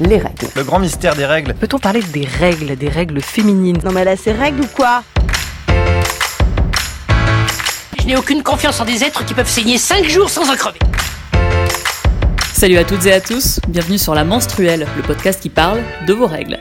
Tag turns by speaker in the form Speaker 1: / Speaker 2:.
Speaker 1: les règles.
Speaker 2: Le grand mystère des règles.
Speaker 1: Peut-on parler des règles, des règles féminines
Speaker 3: Non mais là, c'est règle ou quoi
Speaker 4: Je n'ai aucune confiance en des êtres qui peuvent saigner 5 jours sans en crever.
Speaker 5: Salut à toutes et à tous, bienvenue sur La Menstruelle, le podcast qui parle de vos règles.